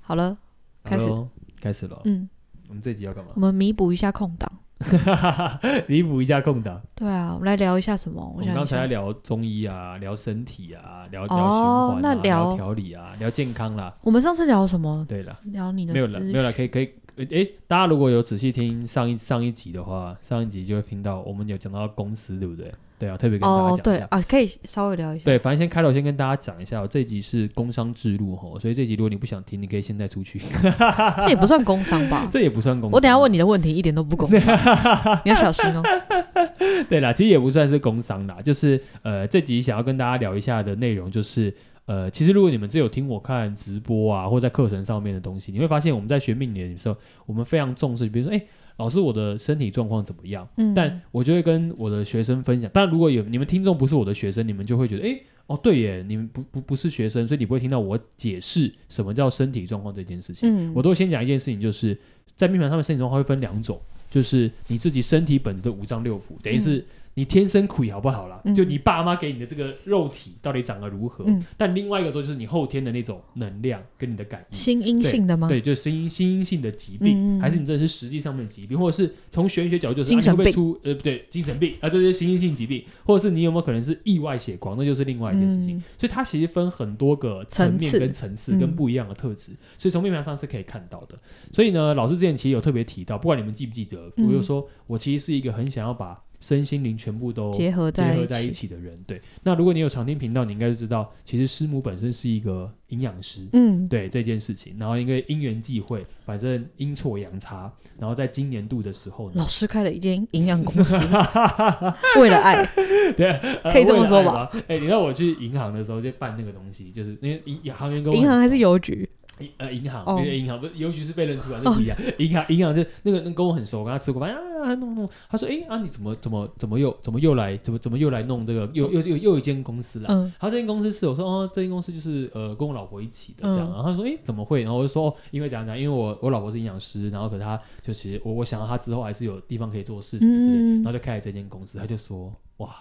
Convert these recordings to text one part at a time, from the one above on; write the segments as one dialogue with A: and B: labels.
A: 好了，开始
B: Hello，开始了。
A: 嗯，
B: 我们这集要 干嘛
A: 我？们弥补一下空档。
B: 弥补一下空档。
A: 对啊，我们来聊一下什么？
B: 我
A: 我
B: 们
A: 想
B: 刚
A: 一
B: 才在
A: 下，聊
B: 聊中医啊，聊身体啊，聊聊
A: 哦
B: 循环
A: 那
B: 啊，
A: 聊嗯
B: 调理啊，聊健康啦。
A: 我们上次聊什么？
B: 对了，
A: 聊你的
B: 没有了，
A: 资
B: 没有了，可以可以。诶、大家如果有仔细听上一上一集的话，上一集就会听到我们有讲到公司，对不对？对啊，特别跟大
A: 哦
B: 家，讲一
A: 对
B: 下。
A: 啊，可以稍微聊一下。
B: 对，反正先开头先跟大家讲一下哦，这一集是工商之路吼，所以这集如果你不想听，你可以现在出去，
A: 这也不算工伤吧？
B: 这也不 算工。
A: 我等一下问。你的问题一点都不工 伤，你要小心哦。
B: 对啦，其实也不算是工伤啦，就是呃，这集想要跟大家聊一下的内容就是。呃，其实如果你们只有听我看直播啊，或在课程上面的东西，你会发现我们在学命理的时候，我们非常重视，比如说，哎，老师，我的身体状况怎么样？
A: 嗯，
B: 但我就会跟我的学生分享。但如果有你们听众不是我的学生，你们就会觉得，诶，哦，对耶，你们不不不是学生，所以你不会听到我解释什么叫身体状况这件事
A: 嗯
B: 情。我都会先讲一件事情，就是在命盘上面身体状况会分两种，就是你自己身体本质的五脏六腑，等于是你天生苦好不好啦？
A: 嗯
B: 就你爸妈给你的这个肉体到底长得如何？
A: 嗯
B: 但另外一个时候就是你后天的那种能量跟你的感应。
A: 心阴性的吗？
B: 对，就是心因心因性的疾病，
A: 嗯嗯嗯
B: 还是你这是实际上面的疾病，或者是从玄学角度就是
A: 精神
B: 啊、你会不会出呃不对精神病啊，这些心因性疾病，或者是你有没有可能是意外血光，那就是另外一件事情。
A: 嗯
B: 所以它其实分很多个层面跟层次
A: 层次
B: 跟不一样的特质，所以从面盘上是可以看到的。所以呢，老师之前其实有特别提到，不管你们记不记得，
A: 嗯
B: 我就说我其实是一个很想要把身心灵全部都
A: 结合
B: 结
A: 在
B: 合在
A: 一
B: 一
A: 起。
B: 起的人。对，那如果你有常听频道，你应该就知道，其实师母本身是一个营养师。
A: 嗯，
B: 对这件事情，然后因为因缘际会，反正阴错阳差，然后在今年度的时候呢，
A: 老师开了一间营养 公司，为了爱，
B: 呃
A: 嗯可以这么说？
B: 为了爱嘛哎、你知道我去银行的时候就办那个东西，就是因为银行员跟我
A: 银行
B: 很
A: 还是邮局？
B: 银呃银行，
A: 哦
B: 因为银行不是邮局是被认出来，那不一样。银行银行就那个那个跟我很熟，我跟他吃过饭啊，弄弄。他说哎、啊你怎么怎么怎么又怎么又来怎么怎么又来弄这个又又又又一间公司啦？
A: 嗯，
B: 然后这间公司是我说哦，这间公司就是呃跟我老婆一起的这样，
A: 嗯
B: 然后他说诶怎么会？然后我就说哦，因为怎样怎样，因为我我老婆是营养师，然后可是她就其实我我想到她之后还是有地方可以做事情之类的，
A: 嗯
B: 然后就开了这间公司，他就说哇，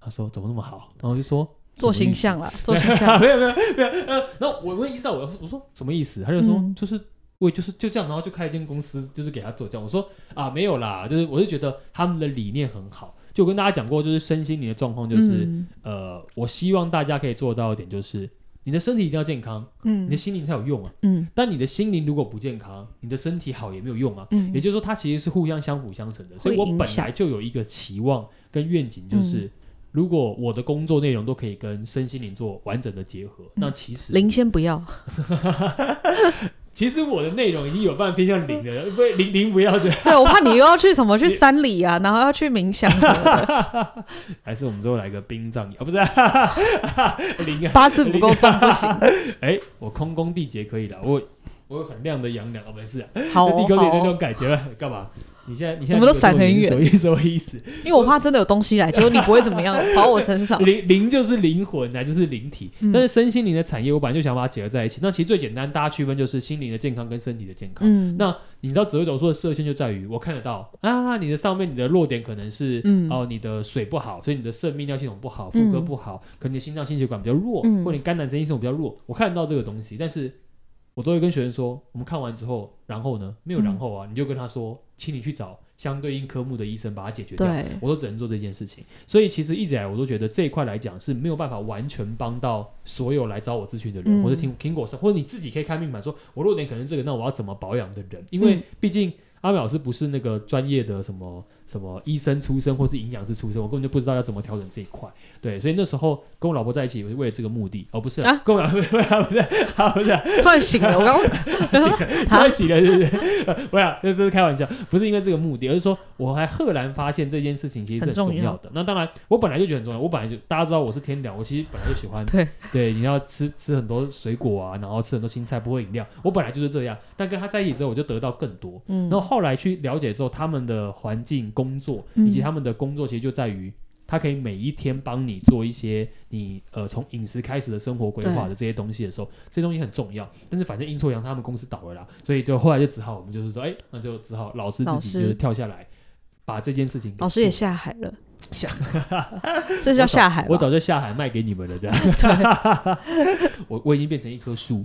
B: 他说怎么那么好，然后我就说
A: 做
B: 什么意
A: 形
B: 思
A: 象啦，做形象。
B: 没有没有没有，呃，然后我我也意识到我我说什么意思，他就说、
A: 嗯
B: 就是我就是就这样，然后就开一间公司，就是给他做这样。我说啊没有啦，就是我是觉得他们的理念很好，就我跟大家讲过，就是身心灵的状况 就是。
A: 嗯
B: 呃，我希望大家可以做到一点，就是你的身体一定要健康，你的
A: 嗯
B: 心灵才有用啊。
A: 嗯
B: 但你的心灵如果不健康，你的身体好也没有用啊。
A: 嗯，
B: 也就是说，它其实是互相相辅相成的。所以
A: 会
B: 我
A: 影
B: 本
A: 响嗯
B: 来就有一个期望跟愿景，就是、如果我的工作内容都可以跟身心灵做完整的结合，
A: 嗯
B: 那其实
A: 零先不要，
B: 其实我的内容已经有办法偏向零了，不零零 不要这样。
A: 对我怕你又要去什么去山里啊，然后要去冥想什么的，
B: 还是我们最后来个殡葬仪啊，不是、 啊、零啊，
A: 八字不够重不行。
B: 哎、我空宫地劫可以了，我我有很亮的阳梁啊，没事啊。
A: 好
B: 就
A: 哦
B: 地沟油
A: 好
B: 的那
A: 哦，
B: 种感觉，干嘛？你现在你现在
A: 我们都闪很远
B: 什么意思什么意 思？
A: 因为我怕真的有东西来，结果你不会怎么样，跑我身上。
B: 灵灵就是灵魂啊，就是灵体。
A: 嗯
B: 但是身心灵的产业，我本来就想把它结合在一起。那其实最简单，大家区分就是心灵的健康跟身体的健康。
A: 嗯，
B: 那你知道紫微斗数的射线就在于我看得到啊，你的上面你的弱点可能是、
A: 嗯
B: 哦，你的水不好，所以你的肾泌尿系统不好，
A: 嗯
B: 妇科不好，可能你的心脏心血管比较弱，
A: 嗯
B: 或者你肝胆神经系统比较弱，我看得到这个东西，但是我都会跟学生说，我们看完之后，然后呢，没有然后啊，
A: 嗯
B: 你就跟他说，请你去找相对应科目的医生把它解决掉。
A: 对，
B: 我都只能做这件事情，所以其实一直以来我都觉得这一块来讲是没有办法完全帮到所有来找我咨询的人，
A: 嗯
B: 或者听苹果上，或者你自己可以看命盘说，我弱点可能是这个，那我要怎么保养的人？因为
A: 嗯
B: 毕竟阿美老师不是那个专业的什么什么医生出身，或是营养师出身，我根本就不知道要怎么调整这一块。对，所以那时候跟我老婆在一起，我是为了这个目的，哦，不是、
A: 啊
B: 跟我老婆 不是不是啊不是，
A: 突然醒了，我刚
B: 太洗了，是不是？ 呃不是啊，这这是开玩笑，不是因为这个目的，而是说我还赫然发现这件事情其实是很
A: 很重
B: 重要的。那当然，我本来就觉得很重要，我本来就大家知道我是天凉，我其实本来就喜欢
A: 对
B: 对，你要吃吃很多水果啊，然后吃很多青菜，不喝饮料，我本来就是这样。但跟他在一起之后，我就得到更多。
A: 嗯
B: 然后后来去了解之后，他们的环境、工作
A: 嗯
B: 以及他们的工作，其实就在于他可以每一天帮你做一些你呃从饮食开始的生活规划的这些东西的时候，这些东西很重要。但是反正阴错阳差，他们公司倒了啦，所以就后来就只好我们就是说，哎，那就只好老师
A: 老
B: 自己就是
A: 师
B: 跳下来把这件事情给
A: 老师也
B: 做
A: 下海了，
B: 下，
A: 这叫下海吧
B: 我早就下海卖给你们了，这样。我我已经变成一棵树，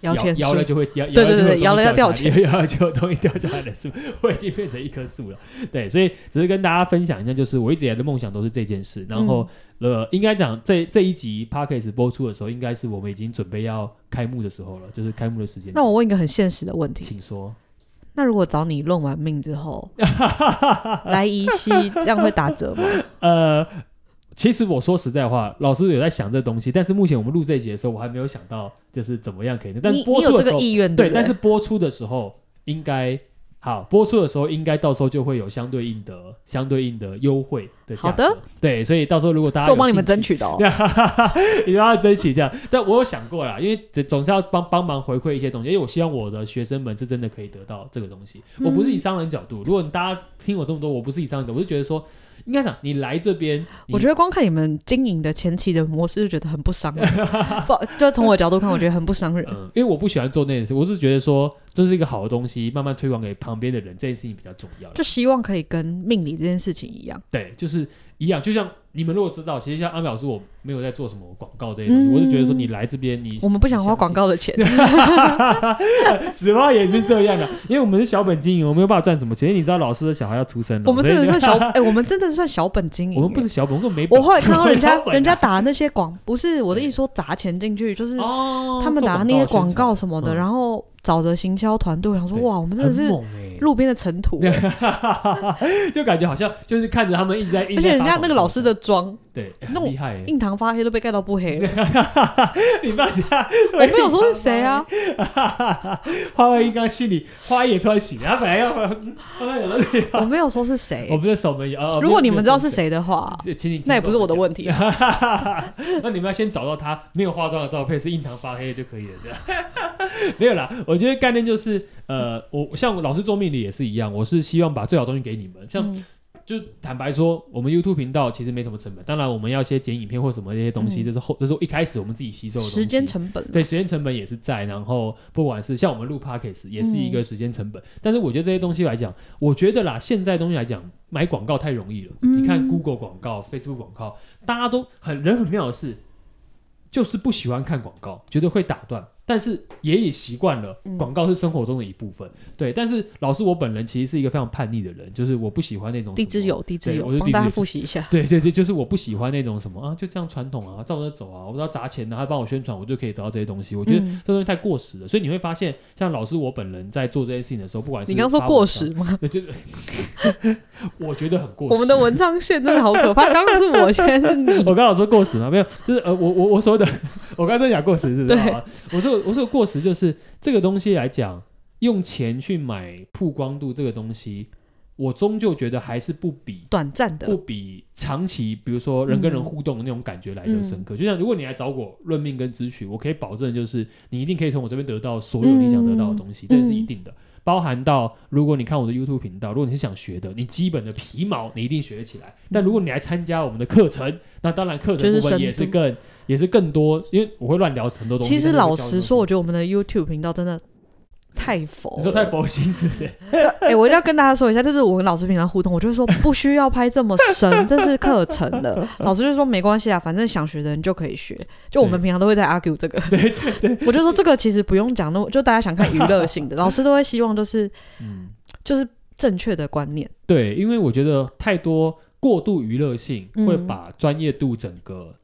A: 摇钱
B: 摇
A: 树
B: 了就会摇，
A: 对对对
B: 摇
A: 摇了
B: 了
A: 要
B: 就会有
A: 掉
B: 东西 掉下来，摇了就有东西掉下来的树，我已经变成一棵树了。对，所以只是跟大家分享一下，就是我一直以来的梦想都是这件事。然
A: 嗯
B: 后、呃，应该讲这这一集 podcast 播出的时候，应该是我们已经准备要开幕的时候了，就是开幕的时间。
A: 那我问一个很现实的问题：
B: 请说，
A: 那如果找你论完命之后来移西，这样会打折吗？
B: 呃。其实我说实在话，老师有在想这东西，但是目前我们录这一集的时候，我还没有想到就是怎么样可以。但
A: 你
B: 播
A: 你
B: 出
A: 有
B: 的
A: 这
B: 时候
A: 个，意愿
B: 对，
A: 不
B: 但是播出的时候应该好，播出的时候应该到时候就会有相对应的相对应的优惠的价
A: 好
B: 格
A: 的，
B: 对，所以到时候如果大家
A: 是我帮你们
B: 有兴
A: 争
B: 趣，
A: 取的哦。
B: 你帮他争取这样。但我有想过啦，因为总是要帮帮忙回馈一些东西，因为我希望我的学生们是真的可以得到这个东西。
A: 嗯
B: 我不是以商人角度，如果你大家听我这么多，我不是以商人角度，我是觉得说，应该讲你来这边，
A: 我觉
B: 得
A: 得光看你们经营的前期的模式，就觉得很不伤人。不，就从我角度看，我觉得很不伤人。
B: 嗯，因为我不喜欢做那件事，我是觉得说这是一个好的东西，慢慢推广给旁边的人，这件事情比较重要。
A: 就希望可以跟命理这件事情一样，
B: 对，就是一样，就像你们如果知道，其实像阿美老师，我没有在做什么广告这些东西，
A: 嗯
B: 我是觉得说你来这边，你
A: 我们不想花广，告的钱。
B: 实话也是这样的，因为我们是小本经营，我没有办法赚什么钱。因为你知道老师的小孩要出生了，
A: 我们真的
B: 所以
A: 算小，哎、我们真的算小本经营。
B: 我们不是小本，我们根本没
A: 我
B: 本
A: 后来看到人家
B: 我们根本
A: 人家打那些广，不是我的意思说砸钱进去，就是
B: 哦，
A: 他们打那些广告什么的，
B: 嗯
A: 然后找的行销团队，我想说
B: 对
A: 哇，我们
B: 做
A: 真
B: 广告
A: 的
B: 宣传，
A: 是
B: 很猛欸
A: 路边的尘土，啊而
B: 就感觉好像就是看着他们一直在，一直
A: 且
B: 在
A: 人
B: 发
A: 家
B: 广
A: 那个
B: 告
A: 老师的妆
B: 对很
A: 那我
B: 厉害欸，
A: 印堂发黑都被盖到不黑了，
B: 你放假，
A: 我没有说是谁啊，
B: 花外音刚训你，花也突然醒了，他本来要，他本来 想到这里
A: 我没有说是
B: 我
A: 谁。
B: 们的守门员。呃
A: 哎如果你们知道是，谁的话，
B: 没有没有请你
A: 那也不是我的问题。啊
B: 题。那你们要先找到他没有化妆的照片，是印堂发黑的就可以了。这 样没有啦，我觉得概念就是，呃，我像我老师做命理也是一样，我是希望把最好的东西给你们。像
A: 嗯
B: 就坦白说，我们 YouTube 频道其实没什么成本，当然我们要一些剪影片或什么这些东西，
A: 嗯
B: 这是后，这是一开始我们自己吸收的东西
A: 时间成本，
B: 对，时间成本也是在，然后不管是像我们录 podcast 也是一个时间成本，但是我觉得这些东西来讲，我觉得啦，现在东西来讲，买广告太容易了。你看
A: 嗯
B: Google 广告、Facebook 广告，大家都很人很妙的是，就是不喜欢看广告，觉得会打断，但是也已习惯了
A: 嗯
B: 广告是生活中的一部分。对，但是老师我本人其实是一个非常叛逆的人，就是我不喜欢那种
A: 地
B: 什
A: 之
B: 么
A: 友，地之
B: 对
A: 友
B: 我，是
A: 帮
B: 地之
A: 大家
B: 友
A: 复习一下。
B: 对对对，就是我不喜欢那种什么啊，就这样传统啊，照着走啊，我只要砸钱然后他帮我宣传，我就可以得到这些东西。我觉得
A: 嗯
B: 这东西太过时了，所以你会发现，像老师我本人在做这些事情的时候，不管是
A: 你刚说
B: 发
A: 过
B: 文章
A: 时，吗？
B: 对，就是 我觉得很过时。
A: 我们的文章线真的好可怕，刚刚是我，现在是你。
B: 我刚好说过时吗？没有，就是呃，我我我说的，我刚才讲过时是不是？
A: 对
B: 好吧我说我说过时就是这个东西来讲，用钱去买曝光度这个东西，我终究觉得还是不比
A: 短暂的
B: 不，比长期，比如说人跟人
A: 嗯
B: 互动的那种感觉来的深刻。就像如果你来找我论命跟咨询，我可以保证，就是你一定可以从我这边得到所有你想得到的东西，
A: 嗯
B: 这是一定的。包含到，如果你看我的 YouTube 频道，如果你是想学的，你基本的皮毛你一定学得起来。但如果你来参加我们的课程，那当然课程
A: 就是
B: 部分
A: 深
B: 也是
A: 度
B: 更也是更多，因为我会乱聊很多东西。
A: 其实
B: 但是我会
A: 老
B: 教你
A: 实
B: 东
A: 说，我
B: 西
A: 觉得我们的 YouTube 频道真的太佛
B: 你说
A: 了。
B: 太佛心是不是？
A: 哎、我一定要跟大家说一下，这是我跟老师平常互动，我就会说不需要拍这么深，这是课程 的。老师就说没关系啊，反正想学的人就可以学。就我们
B: 对
A: 平常都会在 argue 这个，对对对，我就说这个其实不用讲那么，就大家想看娱乐性 的，老师都会希望就是
B: 嗯，
A: 就是正确的观念。
B: 对，因为我觉得太多过度娱乐性
A: 嗯
B: 会把专业度整个，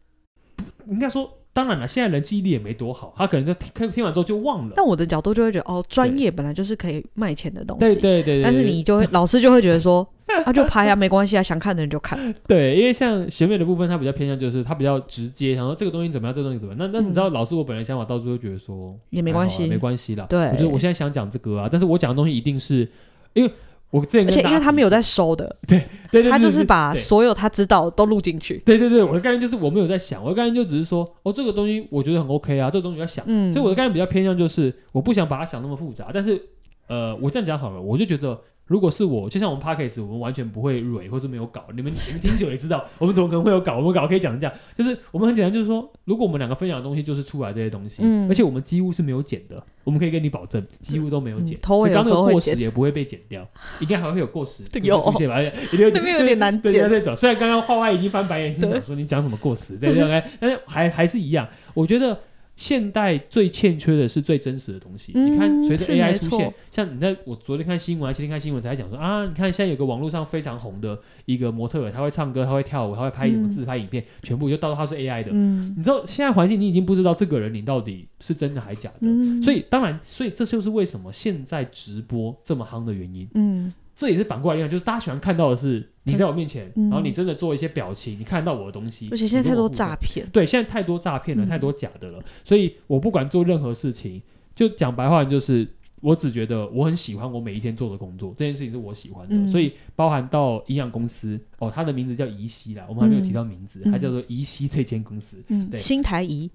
B: 不应该说，当然了，现在人记忆力也没多好，他可能就听听完之后就忘了。
A: 但我的角度就会觉得，哦，专业本来就是可以卖钱的东西。
B: 对对对对，
A: 但是你就会，老师就会觉得 说，啊，就拍啊，没关系啊，想看的人就看。
B: 对，因为像学妹的部分，她比较偏向就是她比较直接，然后这个东西怎么样，这个东西怎么样。那那你知道，老师我本来想法到时候觉得说
A: 嗯也没
B: 还好啊
A: 关系
B: 没关系啦。
A: 对
B: 我觉得我现在想讲这个啊，但是我讲的东西一定是因为我之前
A: 而
B: 跟
A: 且因
B: 大家
A: 为他
B: 提
A: 没有在收的，
B: 对对对
A: 他就
B: 对
A: 是把
B: 对
A: 所有他知道的都录进去。
B: 对对对，我的概念就是我没有在想，我的概念就只是说，哦，这个东西我觉得很 OK 啊，这个东西要想。
A: 嗯，
B: 所以我的概念比较偏向就是，我不想把它想那么复杂，但是呃，我这样讲好了，我就觉得。如果是我，就像我们 podcast，我们完全不会蕊或是没有稿，你们你们听久也知道，我们怎么可能会有稿？我们稿可以讲成这样，就是我们很简单，就是说，如果我们两个分享的东西就是出来这些东西，
A: 嗯
B: 而且我们几乎是没有剪的，我们可以跟你保证，几乎都没有剪，
A: 嗯头尾
B: 所以刚
A: 有时
B: 刚
A: 候
B: 那个
A: 会
B: 过时
A: 剪
B: 也不会被剪掉，应该还会有过时
A: 有
B: 出现吧？一 定会
A: 那边有点难
B: 对，
A: 剪
B: 要再找。虽然刚刚画外已经翻白眼，心想说你讲什么过时，对对对，但是还还是一样。我觉得现代最欠缺的是最真实的东西。
A: 嗯
B: 你看，随着
A: 是
B: AI
A: 没
B: 出
A: 错
B: 现，像你在我昨天看新闻，还前天看新闻才讲说啊，你看现在有个网络上非常红的一个模特儿，他会唱歌，他会跳舞，他会拍什么
A: 嗯
B: 自拍影片，全部就到他是 AI 的。
A: 嗯
B: 你知道现在环境，你已经不知道这个人你到底是真的还假的。
A: 嗯，
B: 所以当然，所以这就是为什么现在直播这么夯的原因。
A: 嗯
B: 这也是反过来一样，就是大家喜欢看到的是你在我面前，
A: 嗯
B: 然后你真的做一些表情，你看得到我的东西。
A: 而且现在太多
B: 你跟我
A: 诈
B: 互
A: 骗
B: 动，，对，现在太多诈骗了，
A: 嗯
B: 太多假的了，所以我不管做任何事情，就讲白话就是。我只觉得我很喜欢我每一天做的工作，这件事情是我喜欢的，
A: 嗯
B: 所以包含到营养公司哦，它的名字叫宜西啦，我们还没有提到名字，
A: 嗯
B: 它叫做宜西这间公司，
A: 嗯，
B: 对
A: 新台仪，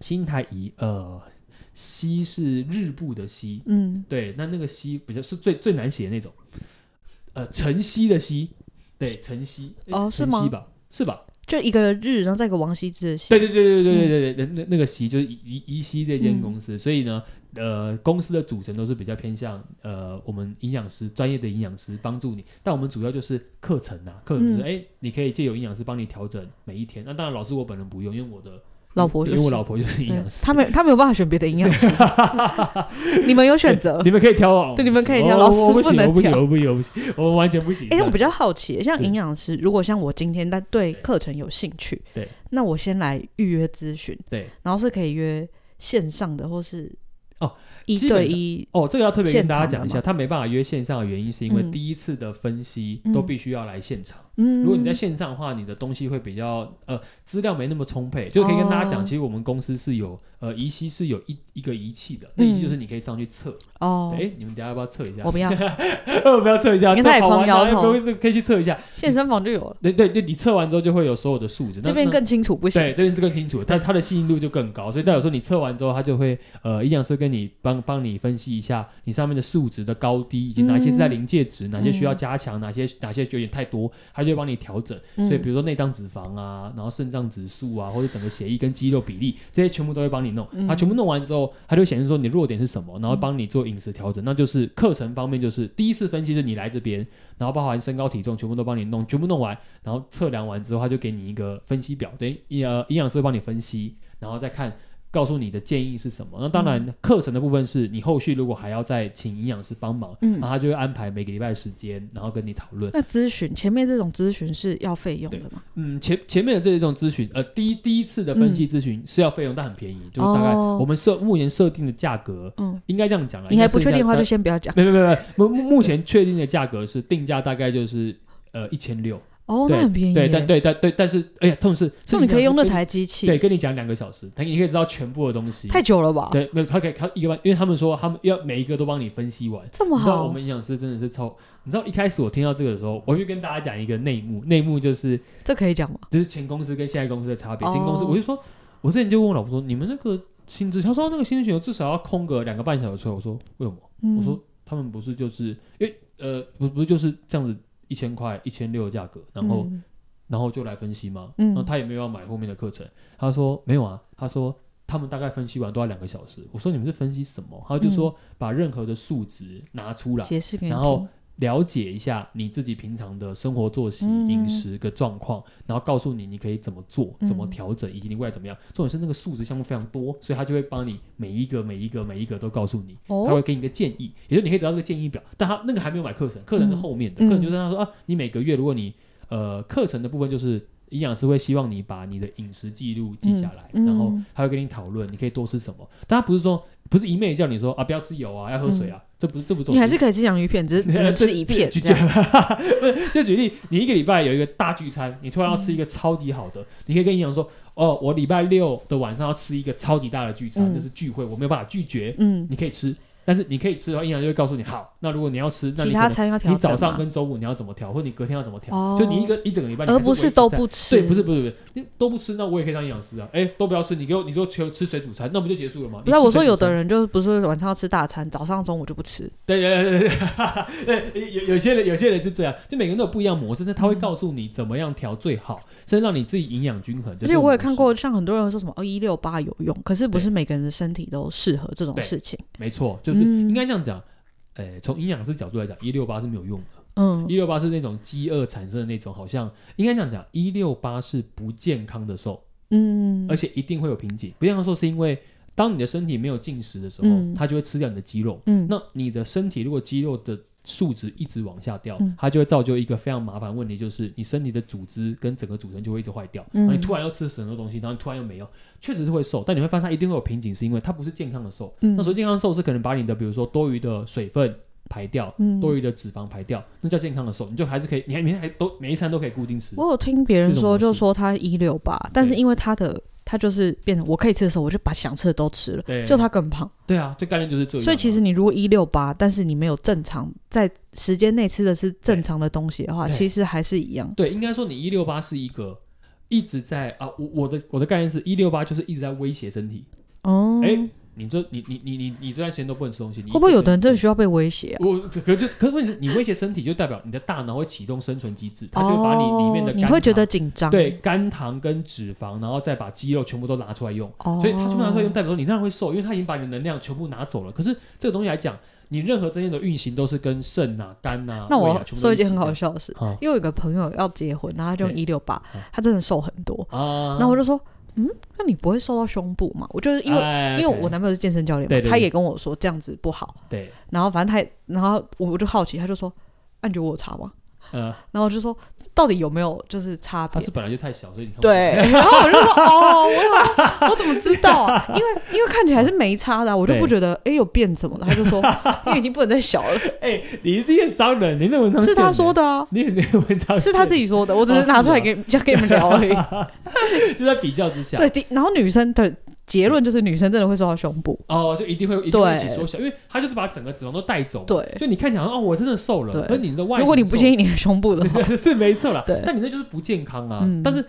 B: 新台宜呃西是日部的西，
A: 嗯
B: 对，那那个西比较是最最难写的那种，呃，晨曦的曦，对，晨曦，诶
A: 哦是
B: 晨
A: 吗
B: 曦吧？是吧？
A: 就一个日，然后再一个王羲之的羲，
B: 对对对对对对对对，那那个席就是宜宜宜西这
A: 嗯
B: 间公司，所以呢，呃，公司的组成都是比较偏向呃我们营养师专业的营养师帮助你，但我们主要就是课程啊，课程就是
A: 嗯
B: 哎、你可以借由营养师帮你调整每一天。那当然，老师我本人不用，因为我的
A: 老婆
B: 因
A: 就
B: 为我
A: 是
B: 老婆就是营
A: 对
B: 养师，
A: 他没他没有办法选别的营养师， 你们有选择。
B: 你们可以挑哦，
A: 对你们可以
B: 我
A: 挑
B: 我
A: 老师
B: 我不行，
A: 不能
B: 我不行，
A: 挑
B: 我不行，我不行，我完全不行。
A: 哎、
B: 这
A: 我
B: 样
A: 比较好奇，像
B: 是
A: 营养师，如果像我今天但对
B: 对
A: 课程有兴趣，
B: 对，
A: 那我先来预约咨询，
B: 对。
A: 然后是可以约线上的，或是
B: 哦
A: 一
B: 基本
A: 对
B: 上
A: 一，
B: 哦，这个要特别跟大家讲
A: 现场
B: 一下，
A: 的
B: 他没办法约线上的原因，是因为
A: 嗯
B: 第一次的分析
A: 嗯
B: 都必须要来现场。
A: 嗯，
B: 如果你在线上的话，你的东西会比较呃资料没那么充沛，就可以跟大家讲，
A: 哦
B: 其实我们公司是有呃仪器是有一一个仪器的，那仪器就是你可以上去测。
A: 嗯哦，
B: 哎，你们等一下要不要测一下
A: 我？ 不要
B: 我不要测一下，
A: 你
B: 这
A: 看他也
B: 好玩
A: 狂摇
B: 啊
A: 头
B: 不用可以去测一下。
A: 健身房就有了，
B: 对对对，你测完之后就会有所有的数值，那
A: 这边
B: 那
A: 更清楚不行，
B: 对，这边是更清楚的，但它的信任度就更高，所以代表说你测完之后，它就会呃，营养师跟你帮帮你分析一下你上面的数值的高低，以及哪些是在临界值，哪些需要加强，哪些哪些有点太多，它就会帮你调整。所以
A: 嗯
B: 比如说内脏脂肪啊，然后肾脏指数啊，或者整个血液跟肌肉比例，这些全部都会帮你弄。
A: 嗯
B: 它全部弄完之后，它就会显示说你弱点是什么，然后帮你做饮食调整。那就是课程方面，就是第一次分析就是你来这边，然后包含身高体重全部都帮你弄，全部弄完，然后测量完之后，他就给你一个分析表，等于呃营养师会帮你分析，然后再看。告诉你的建议是什么？那当
A: 嗯
B: 然，课程的部分是你后续如果还要再请营养师帮忙，
A: 嗯
B: 然后他就会安排每个礼拜的时间，然后跟你讨论。
A: 那咨询前面这种咨询是要费用的吗？
B: 嗯，前前面的这种咨询，呃，第一第一次的分析咨询是要费用，但很便宜，就是大概
A: 嗯哦
B: 我们设目前设定的价格，
A: 嗯，
B: 应该这样讲了。
A: 你还不确定的话就
B: 行。
A: 先不要讲
B: 没没没没，目目目前确定的价格是定价大概就是呃一千六，
A: 哦，
B: 对
A: 那很便宜耶，
B: 对，但对但对，但是哎呀，痛是，
A: 就你可以用那
B: 跟你
A: 台机器，
B: 对，跟你讲两个小时，他你可以知道全部的东西。
A: 太久了吧？
B: 对，没有他可以他一个班，因为他们说他们要每一个都帮你分析完，
A: 这么
B: 你知道我
A: 好
B: 们，营养师真的是超，你知道一开始我听到这个的时候，我就跟大家讲一个内幕，内幕就是
A: 这可以讲吗？
B: 就是前公司跟现在公司的差别。
A: 哦
B: 前公司我就说，我之前就问我老婆说，你们那个薪资，她说那个薪资哦有至少要空个两个半小时出来。我说为什么？
A: 嗯
B: 我说他们不是就是因为呃不不是就是这样子一千块一千六的价格，然后、
A: 嗯
B: 然后就来分析吗？
A: 嗯
B: 然后他也没有要买后面的课程，他说没有啊，他说。他们大概分析完都要两个小时。我说你们是分析什么？他就说把任何的数值拿出
A: 嗯
B: 来，
A: 解释给你
B: 然
A: 听，哦
B: 后了解一下你自己平常的生活作息、
A: 嗯
B: 饮食的状况，然后告诉你你可以怎么做、
A: 嗯
B: 怎么调整，以及你未来怎么样。重点是那个数值项目非常多，所以他就会帮你每一个、每一个、每一个都告诉你，他
A: 哦
B: 会给你一个建议，也就是你可以得到这个建议表。但他那个还没有买课程，课程是后面的，
A: 嗯
B: 课程就是他说啊，你每个月如果你呃课程的部分就是。营养师会希望你把你的饮食记录记下来，
A: 嗯嗯
B: 然后他会跟你讨论你可以多吃什么。但他不是说不是一昧地叫你说啊不要吃油啊，要喝水啊，这不是这不是重
A: 你
B: 点
A: 还是可以吃洋芋片，只 是 只能吃一片
B: 举
A: 这
B: 举
A: 样。
B: 不是 就举例，你一个礼拜有一个大聚餐，你突然要吃
A: 嗯
B: 一个超级好的，你可以跟营养说，哦，我礼拜六的晚上要吃一个超级大的聚
A: 嗯
B: 餐，这是聚会，我没有办法拒绝，
A: 嗯，
B: 你可以吃，但是你可以吃的话，营养就会告诉你，好，那如果你要吃，那
A: 其
B: 你可
A: 他
B: 能
A: 餐要调
B: 你
A: 整
B: 早
A: 嘛，
B: 上跟中午你要怎么调，或者你隔天要怎么调，
A: 哦
B: 就你一个一整个礼拜，你
A: 而
B: 还
A: 不
B: 是维
A: 是
B: 持
A: 都
B: 在
A: 不吃，
B: 对，不是不是不是，你都不吃，那我也可以当营养师啊，哎，都不要吃，你给我你说求吃水煮餐，那不就结束了吗？
A: 不是啊，
B: 你吃
A: 我说
B: 水煮
A: 有的
B: 餐
A: 人就是不是晚上要吃大餐，早上中午就不吃。
B: 对对对对对哈哈，对有有些人有些人是这样，就每个人都有不一样的模式，但他会告诉你怎么样调最好，甚至让你自己营养均衡。
A: 而且我也看过，，像很多人说什么哦一六八有用，可是不是每个人的身体都适合这种
B: 对
A: 事情。
B: 没错，就是
A: 嗯
B: 应该这样讲。呃，从营养师角度来讲，一六八是没有用的。
A: 嗯
B: 一六八是那种饥饿产生的那种，好像应该这样讲，一六八是不健康的瘦，
A: 嗯，
B: 而且一定会有瓶颈。不健康的瘦是因为当你的身体没有进食的时候，
A: 嗯
B: 它就会吃掉你的肌肉。
A: 嗯，
B: 那你的身体如果肌肉的数值一直往下掉，
A: 嗯
B: 它就会造就一个非常麻烦的问题，就是你身体的组织跟整个组成就会一直坏掉。
A: 嗯
B: 然后你突然又吃很多东西，然后你突然又没有，确实是会瘦，但你会发现它一定会有瓶颈，是因为它不是健康的瘦。
A: 嗯
B: 那所谓健康的瘦是可能把你的比如说多余的水分排掉，
A: 嗯
B: 多余的脂肪排掉，那叫健康的瘦，你就还是可以，你还每天还都每一餐都可以固定吃。
A: 我有听别人
B: 是这种
A: 说，
B: 东西
A: 就说他一六八，但是因为他的他就是变成我可以吃的时候，我就把想吃的都吃了，
B: 对，
A: 就他更胖。
B: 对啊，这概念就是这样啊、
A: 所以其实你如果一六八，但是你没有正常在时间内吃的是正常的东西的话，
B: 对
A: 其实还是一样。
B: 对，应该说你一六八是一个一直在啊，我我的我的概念是一六八就是一直在威胁身体。
A: 哦，
B: 哎、你这你你你你你这段时间都不能吃东西，你
A: 会不会有的人真的
B: 是？
A: 需要被威胁啊？
B: 我可就可是问题是，你威胁身体，就代表你的大脑会启动生存机制，它就会把你里面的
A: 哦
B: 肝
A: 你
B: 糖
A: 会觉得紧张，
B: 对，肝糖跟脂肪，然后再把肌肉全部都拿出来用，
A: 哦，
B: 所以它全部拿出来用，代表说你当然会瘦，因为它已经把你的能量全部拿走了。可是这个东西来讲，你任何这些的运行都是跟肾啊、肝啊、
A: 那
B: 胃
A: 我
B: 啊全部都
A: 说一
B: 起
A: 件很好
B: 的
A: 笑的事，
B: 好
A: 因为我有个朋友要结婚，然后他就用
B: 啊对
A: 一六八
B: 嗯，
A: 他真的瘦很多，
B: 啊，
A: 然后我就说，嗯，那你不会瘦到胸部吗？我就是因为
B: 哎
A: 因为
B: OK
A: 我男朋友是健身教练
B: 对
A: 嘛，
B: 对
A: 他
B: 对
A: 也跟我说这样子不好，
B: 对，
A: 然后反正他也，然后我我就好奇，他就说，啊，你觉得我有差吗？
B: 呃，
A: 然后我就说，到底有没有就是差
B: 它
A: 别
B: 啊是？本来就太小，所以你看不出
A: 对，
B: 来，
A: 然后我就说，哦，我想我怎么知道啊？因为因为看起来是没差的啊、我就
B: 对
A: 不觉得哎有变什么的。他就说，因为已经不能再小了，
B: 哎、你你很伤人，你那文章
A: 是他
B: 线
A: 说
B: 欸，
A: 的啊，
B: 你你那文章
A: 是他自
B: 己
A: 己说的，我只
B: 哦
A: 是
B: 是
A: 拿出来
B: 吗
A: 给 讲给你们聊而已。
B: 就在比较之下，
A: 对，第然后女生的结论就是女生真的会瘦到胸部，
B: 哦，就一定会一定会
A: 对
B: 一起缩小，因为他就是把整个脂肪都带走。，
A: 对。
B: 就你看起来好像哦，我真的瘦了，
A: 对
B: 可是你的外，
A: 如果你不介
B: 意，
A: 意你的胸部的话，
B: 是没错啦
A: 对，
B: 但你那就是不健康啊。
A: 嗯
B: 但是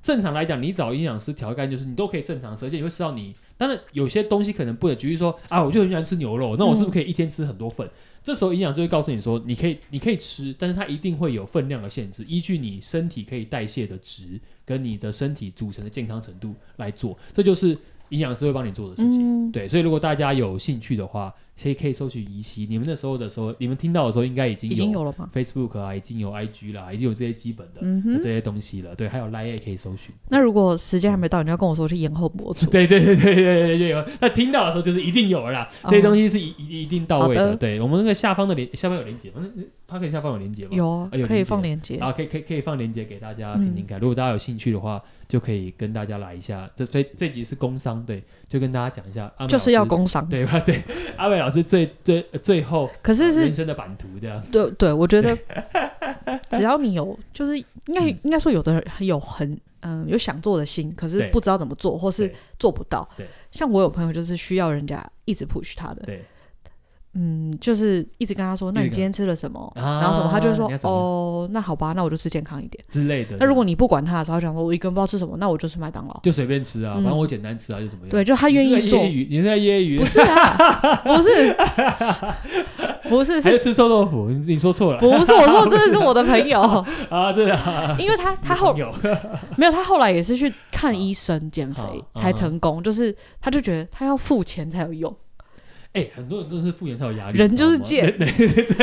B: 正常来讲，你找营养师调概念就是你都可以正常吃，而且你会吃到你。当然有些东西可能不能，举例说啊，我就很喜欢吃牛肉，那我是不是可以一天吃很多份？嗯这时候营养就会告诉你说，你可以你可以吃，但是它一定会有分量的限制，依据你身体可以代谢的值跟你的身体组成的健康程度来做，这就是营养师会帮你做的事情。
A: 嗯，
B: 对，所以如果大家有兴趣的话，可以可以搜取疑析。你们那时候的时候，你们听到的时候，应该已经
A: 已经有了吗？
B: Facebook 啊，已经有 IG 啦，已经有这些基本的、
A: 嗯
B: 有
A: 哼
B: 这，些东西了。对，还有 Line 也可以搜寻。
A: 那如果时间还没到，你要跟我说我是延后播出。
B: 对对对对对对对有。那听到的时候就是一定有了啦，
A: 哦
B: 这些东西是一一一定到位
A: 好
B: 的。
A: 的
B: 对我们那个下方的连下方有连接吗？那它可以下方有连接吗？。
A: 有啊
B: 哎有
A: 可以
B: 连
A: 放
B: 结
A: 链接
B: 然，后可以可以可以放链接给大家
A: 嗯
B: 听听看，如果大家有兴趣的话，就可以跟大家来一下。这所以这集是工商，对，就跟大家讲一下，阿美
A: 就
B: 老
A: 是要
B: 师
A: 工伤。
B: 对 吧？对，阿伟老师最最最后
A: 可是
B: 人
A: 是，
B: 生的版图这样。
A: 对对，我 觉得只要你有，就是应该
B: 嗯
A: 应该说有的人有很嗯有想做的心，可是
B: 对
A: 不知道怎么做，或是
B: 对
A: 做不到
B: 对。
A: 像我有朋友就是需要人家一直 push 他的，
B: 对
A: 嗯，就是一直跟他说，那你
B: 一直跟他
A: 今天吃了什么？
B: 啊
A: 然后什么，他就会说
B: 你要，怎么样
A: 哦，那好吧，那我就吃健康一点。
B: 之类的。
A: 那如果你不管他的时候，他想说，我一个人不知道吃什么，那我就吃麦当劳。
B: 就随便吃啊，
A: 嗯
B: 反正我简单吃啊，就怎么样。
A: 对，就他
B: 你
A: 愿
B: 是在
A: 意做
B: 揶，揄，你是在揶揄，
A: 不是啊，不 是，不是
B: 还
A: 是
B: 是吃臭豆腐？你你说错了
A: 不是我说真的是我的朋友，
B: 啊，真的啊。
A: 因为他他后
B: 有
A: 没有他后来也是去看医生减
B: 好
A: 肥
B: 嗯哼
A: 才成功，就是他就觉得他要付钱才有用，
B: 哎，很多人都是复原才有压力，
A: 人就是
B: 你知道吗
A: 贱，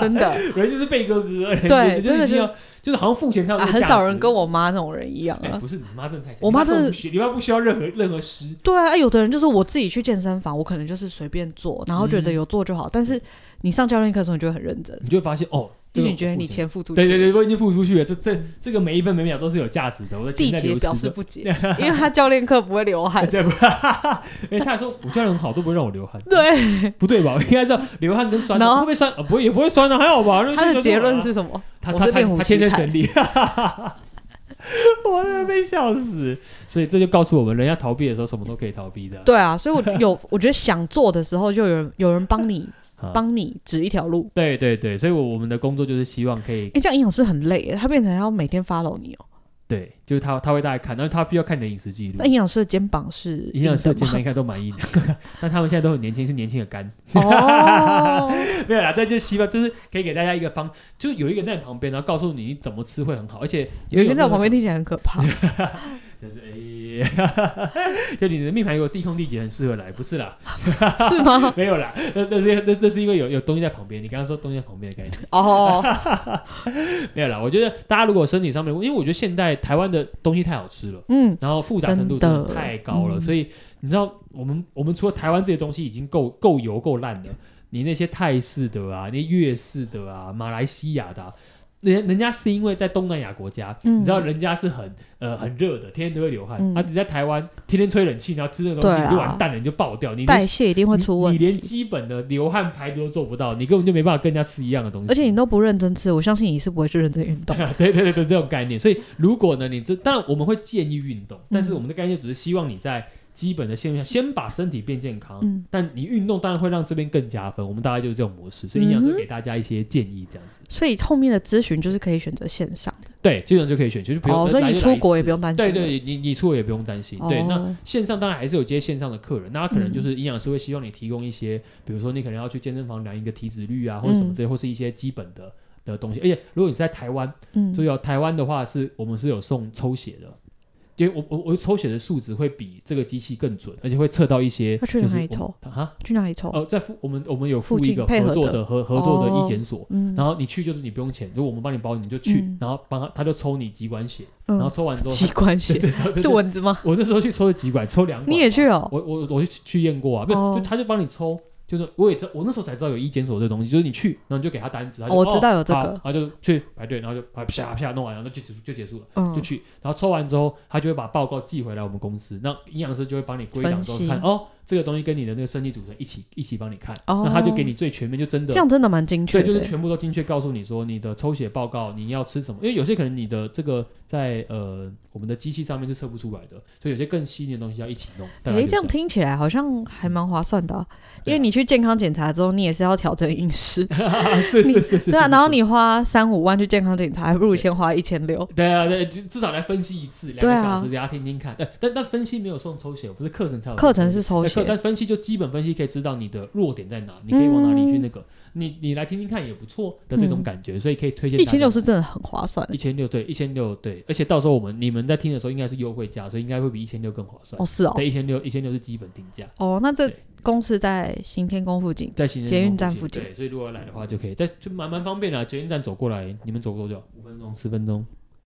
A: 真的
B: 人人就是贝哥哥，
A: 对
B: 人就
A: 真的是
B: 是一定要就是好像付钱才有
A: 啊，
B: 那个
A: 很
B: 价
A: 少
B: 值
A: 人跟。我妈那种人一样
B: 哎，
A: 啊。
B: 不是你妈真的太强，
A: 我妈
B: 你根本
A: 真的
B: 不需，你妈不需要任何任何师，
A: 对啊，有的人就是我自己去健身房，我可能就是随便做，然后觉
B: 嗯
A: 得有做就好。但是你上教练课的时候，你就会很认真，
B: 你就会发现哦，这
A: 因
B: 个
A: 为你觉得
B: 我付
A: 你
B: 钱
A: 钱付出去，
B: 对对对，我已经付出去了，这这这个每一分每秒都是有价值的，我的钱
A: 缔
B: 在
A: 结
B: 流
A: 表
B: 失
A: 示
B: 着。，
A: 不解，因为他教练课不会流汗
B: 对吧？哎，他还说我教人很好，都不会让我流汗。
A: 对，
B: 不对吧？应 该是流汗跟酸的，
A: 然
B: 会
A: 后
B: 不会酸？呃不会，也不会酸的，还好吧？那
A: 他
B: 这
A: 的
B: 个
A: 结论
B: 啊
A: 是什么？
B: 他
A: 我
B: 他
A: 是
B: 他
A: 练武
B: 他天
A: 奇
B: 生
A: 才
B: 神力， 我真的被笑死。所以这就告诉我们，人要逃避的时候，什么都可以逃避的。
A: 对啊，所以我有，我觉得想做的时候，就有人有人帮你
B: 啊
A: 帮你指一条路。
B: 对对对，所以我我们的工作就是希望可以
A: 哎、这样营养师很累耶，他变成要每天 follow 你哦。
B: 对，就是他他会大概看，但是他必须要看你的饮食记录
A: 那。营养师的肩膀是
B: 营养师的
A: 硬的
B: 健
A: 吗
B: 康应该都蛮硬的， 但他们现在都很年轻，是年轻的肝。
A: 哦，
B: 没有啦，但就希望就是可以给大家一个方，就是有一个在你旁边，然后告诉你怎么吃会很好，而且
A: 有一个在我旁边
B: 听，
A: 听起来很可 怕。
B: 就是哎， 就你的命盘有地空地劫，很适合来，不是啦，
A: 是吗？
B: 没有啦，那那是那那是因为有有东西在旁边，你刚刚说东西在旁边的概念，
A: 哦，
B: 没有啦，我觉得大家如果身体上面，因为我觉得现代台湾的东西太好吃了。
A: 嗯，
B: 然后复杂程度真的
A: 真的
B: 太高了，
A: 嗯
B: 所以你知道我们我们除了台湾这些东西已经够够油够烂了，你那些泰式的啊，那些粤式的啊，马来西亚的、啊。人人家是因为在东南亚国家，
A: 嗯
B: 你知道人家是很呃很热的，天天都会流汗。
A: 嗯
B: 啊，你在台湾天天吹冷气，然后吃那个东西，
A: 对啊
B: 你就完蛋了，你就爆掉，你连
A: 代谢一定会出问
B: 你你连
A: 题，
B: 基本的流汗排毒都做不到，你根本就没办法跟人家吃一样的东西。
A: 而且你都不认真吃，我相信你是不会去认真运动。
B: 对对对对，这种概念。所以如果呢，你这当然我们会建议运动，
A: 嗯
B: 但是我们的概念只是希望你在基本的线路下先把身体变健康。
A: 嗯，
B: 但你运动当然会让这边更加分，我们大概就是这种模式，
A: 嗯
B: 所以营养师给大家一些建议，这样子。
A: 所以后面的咨询就是可以选择线上的
B: 对，基本上就可以选，就是不用。呃
A: 哦，所以
B: 来
A: 你
B: 就
A: 出
B: 来一
A: 国也
B: 次
A: 不用担心
B: 对
A: 了。
B: 对，你你出国也不用担心。对，
A: 哦嗯
B: 那线上当然还是有接线上的客人，那他可能就是营养师会希望你提供一些，比如说你可能要去健身房量一个体脂率啊，或者什么之类，或是一些基本的的东西。而且如果你是在台湾，
A: 嗯
B: 注意哦，台湾的话是我们是有送抽血的，因为我我我抽血的数值会比这个机器更准，而且会测到一些
A: 要去
B: 就是
A: 哪里
B: 我
A: 抽
B: 啊？
A: 去哪里抽？
B: 哦，在附我们我们有
A: 附
B: 附一
A: 近
B: 个
A: 配
B: 合
A: 合
B: 作
A: 的
B: 的合合作的
A: 哦
B: 医检所。
A: 嗯，
B: 然后你去就是你不用钱，就我们帮你包，你就去，
A: 嗯
B: 然后帮他他就抽你几管血，
A: 嗯
B: 然后抽完之后
A: 器官血
B: 他对对对
A: 是蚊子吗？
B: 我那时候去抽了几管，抽两管，
A: 你也去哦？
B: 我我我去去验过啊，不是、
A: 哦
B: 就他就帮你抽，就是我也知我那时候才知道有医检所这东西，就是你去，然后你就给他单子，他就、
A: 哦我知道有这
B: 好
A: 个
B: 然后就去排队，然后就啪啪啪弄完，然后就结束就结束了，
A: 嗯
B: 就，去，然后抽完之后，他就会把报告寄回来我们公司，那营养师就会帮你归档之后
A: 分析
B: 看，哦，这个东西跟你的那个身体组成一起一起帮你看，
A: 哦
B: 那他就给你最全面，就真的
A: 这样真的蛮精确
B: 对，
A: 的。
B: 就是全部都精确告诉你说你的抽血报告你要吃什么，因为有些可能你的这个在呃我们的机器上面是测不出来的，所以有些更细腻的东西要一起弄。大概
A: 诶，
B: 就
A: 这样
B: 样
A: 听起来好像还蛮划算的啊、因
B: 啊对啊
A: 为你去健康检查之后，你也是要调整饮 食，
B: 是
A: 你
B: 是是是，
A: 对啊，
B: 是
A: 然后。
B: 是
A: 你花三五万去健康检查，还不如
B: 对
A: 先花一千六。
B: 对啊，对，至至少来分析一次，两
A: 对
B: 个
A: 啊
B: 小时给大家听听看。但但但分析没有送抽血，不是课程才有
A: 课程是抽
B: 对课
A: 血，
B: 但分析就基本分析可以知道你的弱点在哪，你可以往哪里去那个。你你来听听看也不错的这种
A: 嗯
B: 感觉，所以可以推荐
A: 一
B: 大家。
A: 千六是真的很划算
B: 一千六对一千六对，而且到时候我们你们在听的时候应该是优惠价，所以应该会比一千六更划算。
A: 哦，是哦，
B: 对，一千六，一千六是基本定价，
A: 哦，那这
B: 对
A: 公司在行天宫附近，
B: 在行人
A: 捷运
B: 路
A: 站附近
B: 对，所以如果要来的话就可以，在就蛮蛮方便的、啊，捷运站走过来，你们走多久？五分钟、十分钟，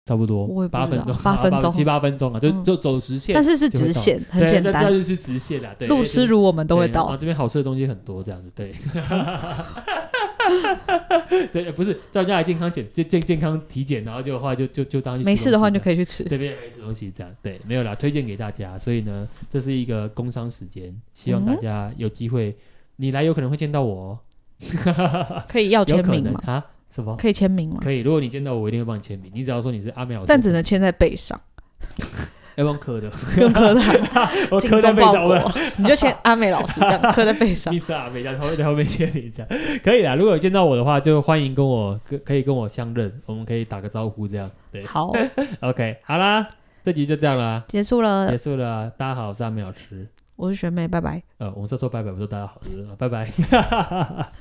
B: 差不多，
A: 我也不
B: 八
A: 知
B: 分
A: 道
B: 钟，
A: 八分钟
B: 七八分钟啊，就
A: 嗯
B: 就走直线
A: 但，是是直线，很
B: 对
A: 简
B: 那那
A: 单，
B: 就是直线啊啦，对，
A: 路痴如我们都会
B: 对然
A: 到
B: 后。这边好吃的东西很多，这样子对。 对，不是叫人家来健康检健健健康体检，然后就的话就就就当去吃
A: 没事的话，
B: 东西
A: 你就可以去吃。
B: 这边没吃东西，这样对，没有啦，推荐给大家。所以呢，这是一个工商时间，希望大家有机会，你来有可能会见到我、哦，
A: 可以要
B: 有
A: 签
B: 可
A: 名
B: 能
A: 吗？
B: 啊？什么？
A: 可以签名吗？
B: 可以，如果你见到我，我一定会帮你签名。你只要说你是阿美老师，
A: 但 只能签在背上，
B: 要哎不用磕的，
A: 用刻在
B: 我
A: 精
B: 磕在
A: 忠
B: 背
A: 报
B: 上，我
A: 国， 你就签阿美老师这样刻在背上。
B: Mr. 阿美在后面在后面签名这样，可以啦。如果有见到我的话，就欢迎跟我可可以跟我相认，我们可以打个招呼这样。对
A: 好，
B: ，OK，好啦，这集就这样啦，
A: 结束了
B: 结，束了。大家好，我是阿美老师。
A: 我是学妹，拜拜。呃
B: 呃，我们说说拜拜，我说大家好，就是拜拜。